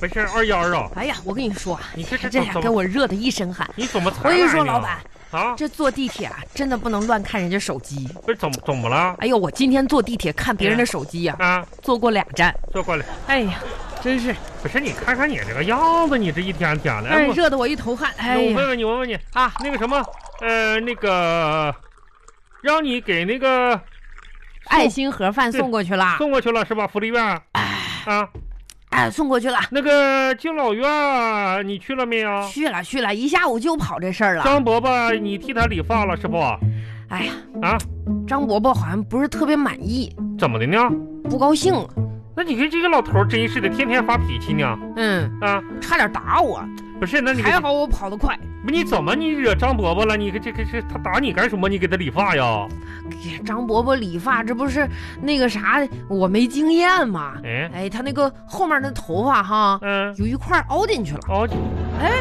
没事，二丫啊，哎呀，我跟你说啊，你这是这怎呀怎给么我热的一身汗。你怎么我才跟你说，来呢老板，啊，这坐地铁啊，真的不能乱看人家手机。不是怎么怎么了哎呦，我今天坐地铁看别人的手机呀、啊？坐过俩站。坐过来，哎呀，真是，不是你看看你这个样子，你这一天天的，哎，哎我热的我一头汗。哎我呀，问问你，我问问你啊，那个什么，呃，那个，让你给那个爱心盒饭对送过去了，送过去了是吧？福利院儿啊，哎，送过去了，那个敬老院儿你去了没有？去了去了，一下午就跑这事儿了。张伯伯，你替他理发了是不？哎呀，啊，张伯伯好像不是特别满意，怎么的呢？不高兴了。那你看这个老头儿真是的，天天发脾气呢嗯，啊！差点打我，不是，那你给还好我跑得快。不你怎么你惹张伯伯了？你这这这他打你干什么？你给他理发呀？哎呀张伯伯理发，这不是那个啥，我没经验嘛。哎，哎，他那个后面的头发哈，嗯，有一块凹进去了。哦，哎，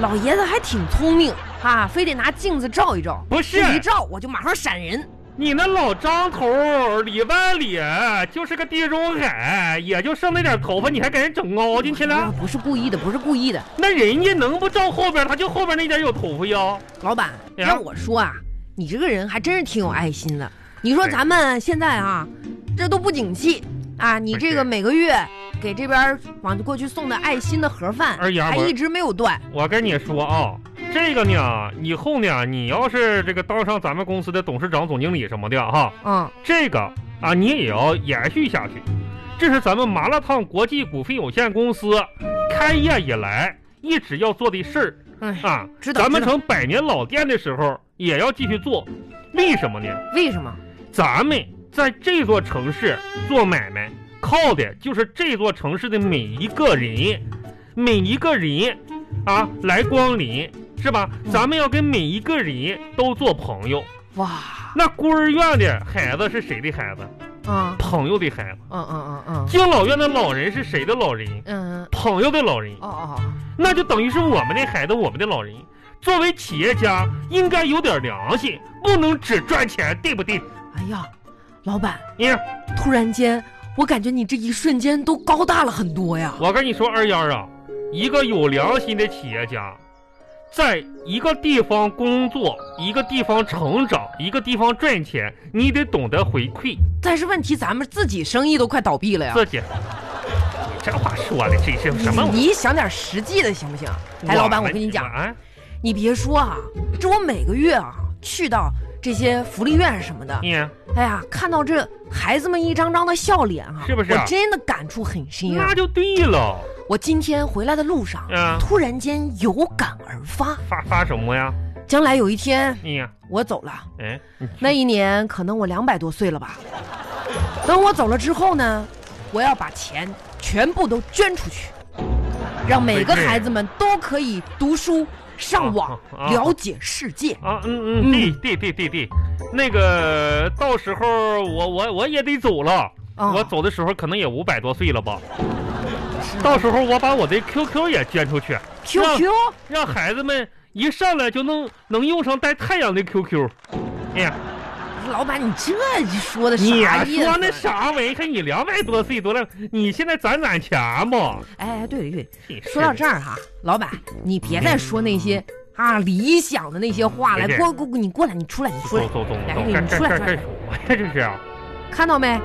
老爷子还挺聪明啊，非得拿镜子照一照，不是这一照我就马上闪人。你那老张头儿里外里就是个地中海，也就剩那点头发，你还给人整凹进去了？不是故意的，不是故意的，那人家能不照后边，他就后边那点有头发呀？老板，哎呀让我说啊，你这个人还真是挺有爱心的。你说对咱们现在啊，这都不景气啊，你不这是个每个月给这边往过去送的爱心的盒饭，二丫还我一直没有断。我跟你说啊，这个呢，以后呢，你要是这个当上咱们公司的董事长、总经理什么的哈，嗯，这个啊，你也要延续下去。这是咱们麻辣烫国际股份有限公司开业以来一直要做的事儿哎，啊。知道咱们知道成百年老店的时候，也要继续做。为什么呢？为什么？咱们在这座城市做买卖，靠的就是这座城市的每一个人，每一个人啊来光临，是吧？嗯咱们要跟每一个人都做朋友。哇，那孤儿院的孩子是谁的孩子？嗯朋友的孩子。嗯嗯嗯嗯敬老院的老人是谁的老人？嗯，朋友的老人，哦哦，哦那就等于是我们的孩子，我们的老人。作为企业家，应该有点良心，不能只赚钱，对不对？哎呀，老板。你、突然间，我感觉你这一瞬间都高大了很多呀！我跟你说，二丫啊，一个有良心的企业家，在一个地方工作，一个地方成长，一个地方赚钱，你得懂得回馈但是问题，咱们自己生意都快倒闭了呀！自己。你这话说的真是什么玩意你想点实际的行不行？儿？哎，老板，们我跟你讲，啊，你别说啊，这我每个月啊去到这些福利院什么的，你哎呀，看到这孩子们一张张的笑脸啊，是不是啊我真的感触很深啊那！就对了，我今天回来的路上，嗯突然间有感而发，发发什么呀？将来有一天你呀我走了。哎，那一年可能我两百多岁了吧。等我走了之后呢，我要把钱全部都捐出去，让每个孩子们都可以读书、上网啊啊啊，了解世界。啊，嗯嗯，对对对对对，那个到时候我我我也得走了，啊我走的时候可能也五百多岁了吧。是啊到时候我把我的 QQ 也捐出去， QQ，让孩子们一上来就能能用上带太阳的 QQ。哎呀，老板，你这说的你啥意说那思？啥玩意儿？看你两百多岁多了，你现在攒攒钱吧。哎，对对对，真是说到这儿哈，老板，你别再说那些啊理想的那些话来没，事过过过，你过来，你出来，你出走来，走走来走，你干干出来干出来干什么呀？这是啊，看到没？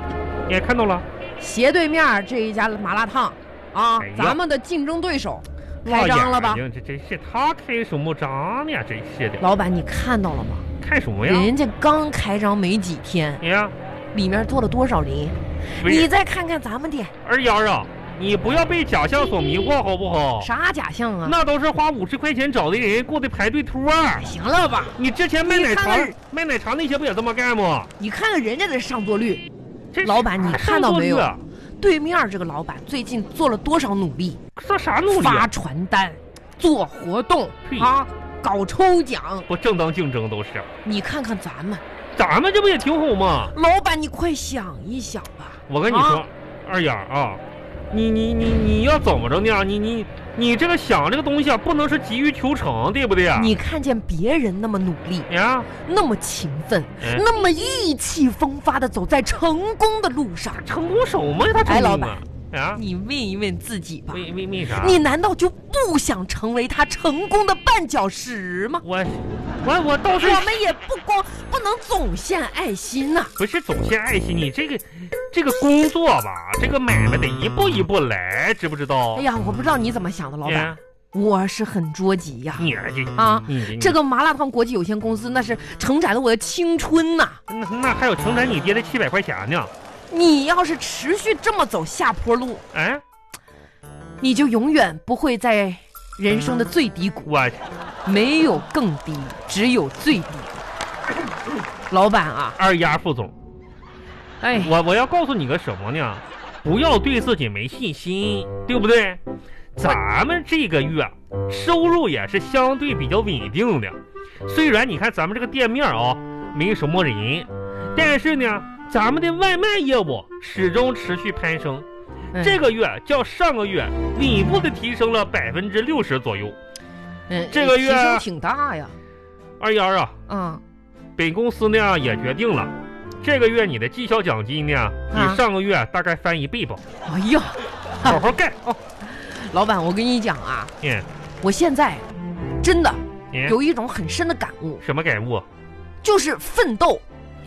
你看到了？斜对面儿这一家麻辣烫啊哎呀，咱们的竞争对手开张了吧辣？眼哎睛这真是他开什么张呢？真是的，老板，你看到了吗？看什么呀？人家刚开张没几天，哎呀，里面坐了多少人？不你是再看看咱们店，二丫啊，你不要被假象所迷惑，好不好？啥假象啊？那都是花五十块钱找的人雇的排队托儿。行了吧？你之前卖奶茶你看看、卖奶茶那些不也这么干吗？你看看人家的上座率，这老板你看到没有上座率啊对面儿这个老板最近做了多少努力？这啥努力发啊？传单，做活动嘿啊，搞抽奖。不正当竞争都是，你看看咱们，咱们这不也挺好吗？老板，你快想一想吧。我跟你说，二丫啊，你你你你要怎么着呢？你你你这个想这个东西啊，不能是急于求成，对不对啊？你看见别人那么努力，呀，那么勤奋，嗯那么意气风发的走在成功的路上。成功手吗？他成功啊哎，老板，啊，你问一问自己吧，为为为啥？你难道就不想成为他成功的绊脚石吗？我我我倒是我们也不光不能总献爱心呐、不是总献爱心，你这个这个工作吧，这个买卖得一步一步来，知不知道？哎呀，我不知道你怎么想的，老板，呀，我是很着急呀、你这啊你你这个麻辣烫国际有限公司那是承载了我的青春呐、那嗯那还有承载你爹的七百块钱呢，你要是持续这么走下坡路，哎，你就永远不会在人生的最低谷，我没有更低，只有最 低。老板啊，二丫副总，哎，我我要告诉你个什么呢？不要对自己没信心，对不对？咱们这个月收入也是相对比较稳定的，虽然你看咱们这个店面啊、没什么人，但是呢，咱们的外卖业务始终持续攀升，嗯这个月较上个月稳步的提升了百分之六十左右。嗯这个提月升挺大呀，二丫啊，嗯，本公司呢也决定了，这个月你的绩效奖金呢比上个月大概翻一倍吧，哎呀，好好干哦。老板，我跟你讲啊，嗯。我现在真的嗯有一种很深的感悟，什么感悟？就是奋斗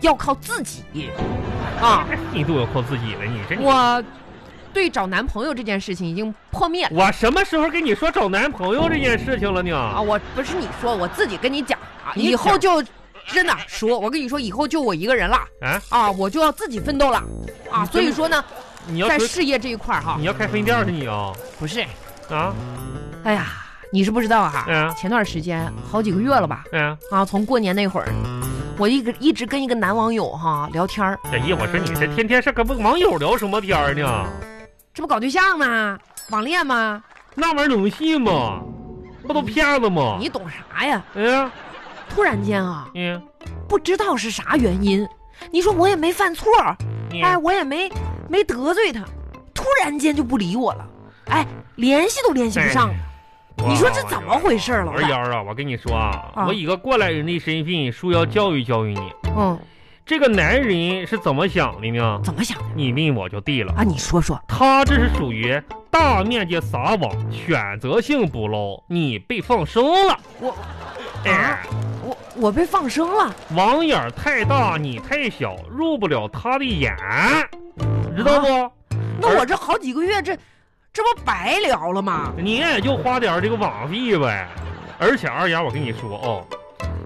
要靠自己啊。你都要靠自己了，你这你我对找男朋友这件事情已经破灭了。我什么时候跟你说找男朋友这件事情了啊，呢？我不是你说，我自己跟你讲啊，你讲以后就真的说，我跟你说，以后就我一个人了啊，啊，我就要自己奋斗了啊，你真所以说呢，你要在说事业这一块儿哈你，要开分店是你啊？不是，啊，哎呀，你是不知道哈，嗯前段时间好几个月了吧，嗯，啊，从过年那会儿，我一个一直跟一个男网友哈聊天儿，小姨，哎我说你这天天是跟网友聊什么天儿呢？这不搞对象吗？网恋吗？那玩意儿能信吗？不都骗子吗？你懂啥呀？嗯突然间啊，嗯不知道是啥原因，你说我也没犯错儿，你哎，我也没没得罪他，突然间就不理我了，哎，联系都联系不上。哎你说这怎么回事儿老二板丫啊，我跟你说啊，啊我以个过来人的身份，说要教育教育你，嗯，这个男人是怎么想的呢？怎么想的你问我就对了。啊？你说说，他这是属于大面积撒网，选择性捕捞，你被放生了。我啊哎，我我被放生了，网眼儿太大，你太小，入不了他的眼，知道不？啊那我这好几个月这这不白聊了吗？你也就花点儿这个网费呗。而且二丫，我跟你说哦，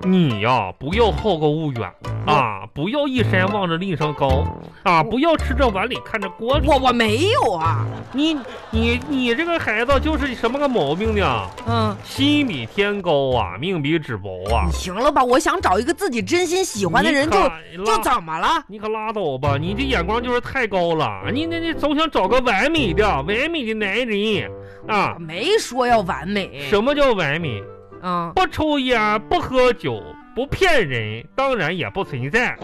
你呀、不要好高骛远啊，不要一山望着另一山高啊，不要吃着碗里看着锅里。我我没有啊，你你你这个孩子就是什么个毛病呢？嗯，心比天高啊，命比纸薄啊你。行了吧？我想找一个自己真心喜欢的人就就就怎么了？你可拉倒吧，你这眼光就是太高了。你那那总想找个完美的、完美的男人啊我？没说要完美，什么叫完美？嗯，不抽烟，不喝酒，不骗人，当然也不存在，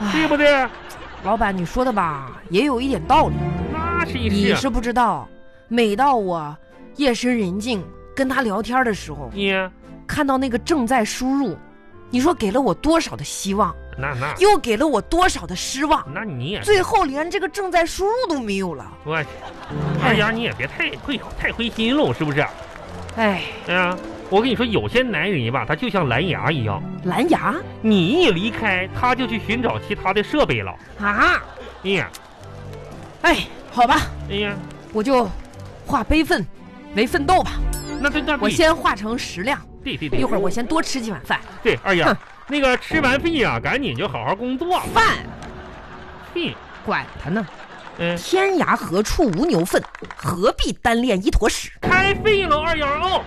对哎不对？老板你说的吧，也有一点道理。那是一你事。是不知道，每到我夜深人静跟他聊天的时候，你看到那个正在输入，你说给了我多少的希望，那那又给了我多少的失望，那你也，最后连这个正在输入都没有了。我去二丫你也别太会太灰心了，是不是？哎，哎呀，我跟你说，有些男人吧，他就像蓝牙一样，蓝牙你一离开，他就去寻找其他的设备了。啊，哎呀，哎，好吧，哎呀，我就化悲愤为奋斗吧，那对那我对先化成食量，对对对，一会儿我先多吃几碗饭。对二丫哼，那个吃完饭呀，赶紧就好好工作。饭嘿，管他呢，嗯，天涯何处无牛粪，何必单恋一坨屎。开费了二丫哦，